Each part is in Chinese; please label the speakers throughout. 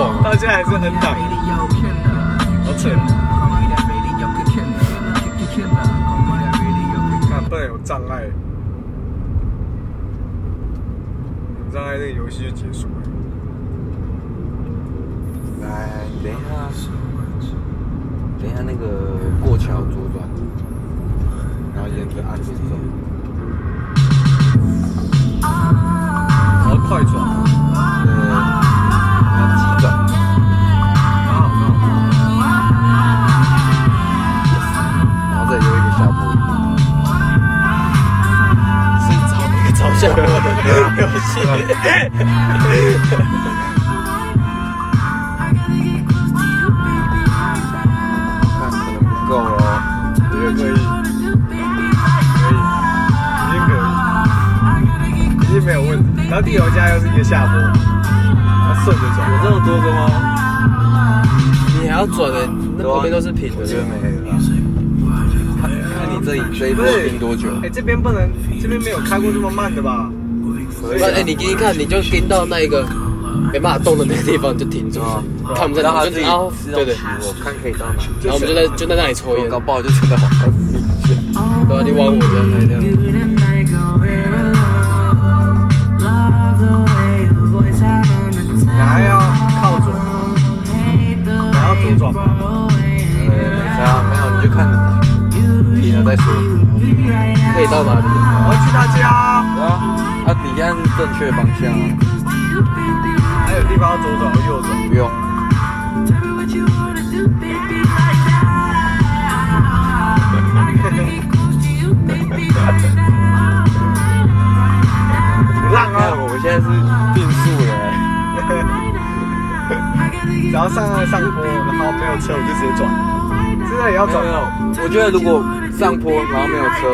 Speaker 1: 哦
Speaker 2: 还是很挡，好扯。看，不能有障碍，有障碍这个游戏就结束了。
Speaker 1: 来，等一下，等一下那个过桥左转，然后沿着岸边走。
Speaker 2: 然后快转，
Speaker 1: 对，然后急转。
Speaker 2: 蛮好蛮好。
Speaker 1: 然后再留一个下坡，是找那个找下坡的游戏。看可能不够 哦，
Speaker 2: 也可以，可以，已经可以，已经没有问题。然后地头家又是一个下坡，然后顺着
Speaker 3: 有这
Speaker 2: 转，
Speaker 3: 么多个吗？你还要转的，那旁边都是平
Speaker 1: 我
Speaker 3: 的。
Speaker 1: 觉得没了。看看你这里这一
Speaker 2: 不
Speaker 1: 波
Speaker 2: 是
Speaker 1: 停多久？
Speaker 3: 啊
Speaker 2: 哎、这边不能，这边没有开过这么慢的吧？
Speaker 1: 可以
Speaker 3: 那
Speaker 1: 啊。
Speaker 3: 哎、你盯一看，你就盯到那一个没办法动的那个地方就停住，
Speaker 1: 啊
Speaker 3: 看我们在
Speaker 1: 让
Speaker 3: 哪，
Speaker 1: 他
Speaker 3: 就
Speaker 1: 自己
Speaker 3: 然后
Speaker 1: 自动
Speaker 3: 对对
Speaker 1: 骑，，我看可以到哪。
Speaker 3: 然后我们就在就在那里抽烟，
Speaker 1: 搞不好就真的往上面去。
Speaker 3: 对啊，你往我这那样。
Speaker 2: 还要啊靠左，还要左转吧。
Speaker 1: 对，没差，没有你就看停了再说。
Speaker 3: 可以到哪里？
Speaker 2: 我要去他家，
Speaker 1: 对啊，啊，你现在是正确方向啊，
Speaker 2: 还有地方要左转和右转。
Speaker 1: 不用。
Speaker 2: 浪啊！
Speaker 1: 我现在是定速了欸、
Speaker 2: 只要上岸上坡，然后没有车我就直接转，现在也要
Speaker 1: 没有
Speaker 2: 转
Speaker 1: 没
Speaker 2: 吗？
Speaker 1: 有，我觉得如果上坡然后没有车，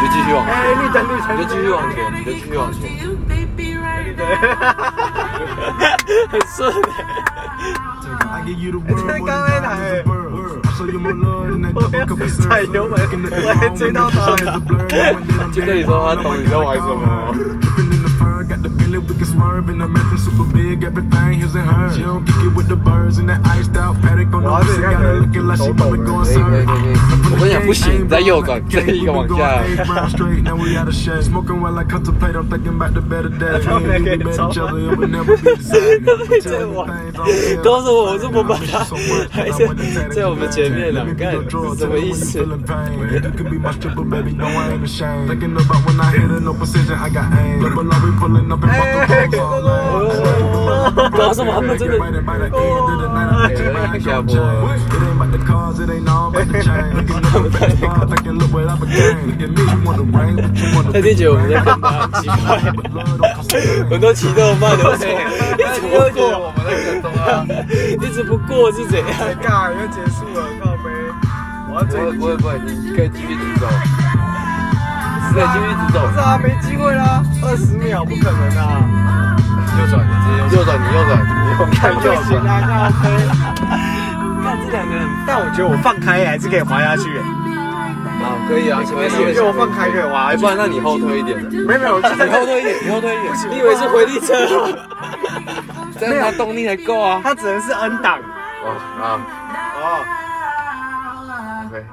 Speaker 1: 你就继续往前，
Speaker 2: 哎、绿灯绿灯，
Speaker 1: 你就继续往前，你就继续往前。
Speaker 3: 很顺、
Speaker 4: I give you the world, boy, you die as a Oh, bird. I show you my love and I double cup of syrup.
Speaker 2: 踩油门，
Speaker 4: Looking at
Speaker 2: 我还
Speaker 4: the
Speaker 2: 追到他
Speaker 4: phone,
Speaker 2: 了
Speaker 4: the。blur, the one that I'm
Speaker 1: 就跟你
Speaker 4: in.
Speaker 1: 说他懂你在玩什么。
Speaker 4: Dripping in the fur, got the Bentley, we can swerve in the Bentley, super big, everything his and hers. She don't kick it with the birds and the iced out paddock on the
Speaker 2: 哇，
Speaker 4: wrist,
Speaker 2: 这个
Speaker 4: got her looking like she
Speaker 2: 手抖
Speaker 4: probably
Speaker 2: 了。
Speaker 4: going
Speaker 1: 可以可以可以可以，我
Speaker 4: surf.
Speaker 1: 跟你讲不行，再右转，再一个往下。
Speaker 4: Smoking while I contemplate, I'm thinking about the better days.
Speaker 2: Don't make it
Speaker 4: met
Speaker 2: so
Speaker 4: each other, it would never be the same.
Speaker 3: Don't make it
Speaker 4: Tell me
Speaker 3: work.
Speaker 4: things I don't care
Speaker 3: 都是我，
Speaker 4: about.
Speaker 3: 我是不把
Speaker 4: I wish
Speaker 3: 他
Speaker 4: you so much,
Speaker 3: 还
Speaker 4: but
Speaker 3: 是
Speaker 4: I wouldn't take
Speaker 3: 在我们前面
Speaker 4: it.
Speaker 3: 呢
Speaker 4: Let me，be
Speaker 3: 看
Speaker 4: your drug,
Speaker 3: 什
Speaker 4: tell
Speaker 3: 么
Speaker 4: me
Speaker 3: 意
Speaker 4: when you
Speaker 3: 思？
Speaker 4: feeling pain. You could be my stripper, baby, no, I ain't ashamed. Thinking about when I hit her, no precision, I got aim. Double R, we pulling up and
Speaker 2: Hey,
Speaker 4: fuck the
Speaker 2: go,
Speaker 4: hoes
Speaker 2: go,
Speaker 4: all night.
Speaker 3: 搞什么？他们真的
Speaker 4: By the- by the end of the night, I think you might
Speaker 1: Yeah,
Speaker 4: go
Speaker 1: boy.
Speaker 4: change. It ain't about the cars, it ain't all about the chain. Looking up at the stars, thinking, look what I became. Look at me, you want the rain, but you want the
Speaker 3: 他一定觉得我们在干嘛？很奇怪，
Speaker 4: but love don't cost a thing.
Speaker 3: 我都骑那么慢的，为什么 一直不
Speaker 1: 对，
Speaker 3: 过？
Speaker 1: 们在跟踪啊。
Speaker 3: 一直不过是怎 样？
Speaker 2: 尴尬，要结束了，靠背。我要
Speaker 1: 不
Speaker 2: 追
Speaker 1: 会不会不会，你可以继续直走，可以继续直走
Speaker 2: 不。是啊，没机会啦，二十秒不可能啊，
Speaker 1: 右转，你直接右转，你右转，你右
Speaker 2: 看就行
Speaker 1: 转。
Speaker 2: 啊，靠 背。
Speaker 3: 看这两个人，
Speaker 2: 但我觉得我放开还是可以滑下去，
Speaker 1: 啊，可以啊，前面
Speaker 2: 我觉
Speaker 1: 是
Speaker 2: 得我放开可以滑下
Speaker 1: 哎，
Speaker 2: 去
Speaker 1: 不。然那你后退一点，你
Speaker 2: 没有没有，我就在
Speaker 1: 后退一点，你后退一点，
Speaker 3: 你以为是回力 车啊？
Speaker 1: 这样它动力才够啊。
Speaker 2: 它只能是 N 档。
Speaker 1: 哦啊，
Speaker 2: 哦，
Speaker 1: 对，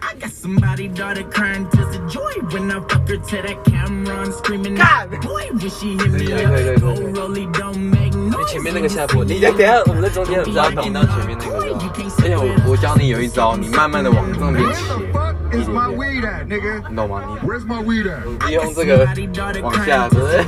Speaker 5: I got somebody daughter crying just a joy when I fuck her to that camera and screaming.
Speaker 2: God.
Speaker 5: Boy, when she hit me
Speaker 1: Yeah,
Speaker 5: up,
Speaker 1: yeah, yeah, yeah,
Speaker 5: oh,
Speaker 1: yeah.
Speaker 5: Rolly don't make
Speaker 3: 你
Speaker 5: noise.
Speaker 3: 前面那个下坡，你等一下，我们在中间，
Speaker 1: 只
Speaker 3: 知
Speaker 1: 要
Speaker 3: 道
Speaker 1: 停到前面那个就好。而且哎我我教你有一招，你慢慢的往上边骑，
Speaker 6: Fuck is my weed at, nigga?
Speaker 1: 你懂吗？你
Speaker 6: Where's my weed at?
Speaker 1: 利用这个
Speaker 5: daughter
Speaker 1: 往下，对不对？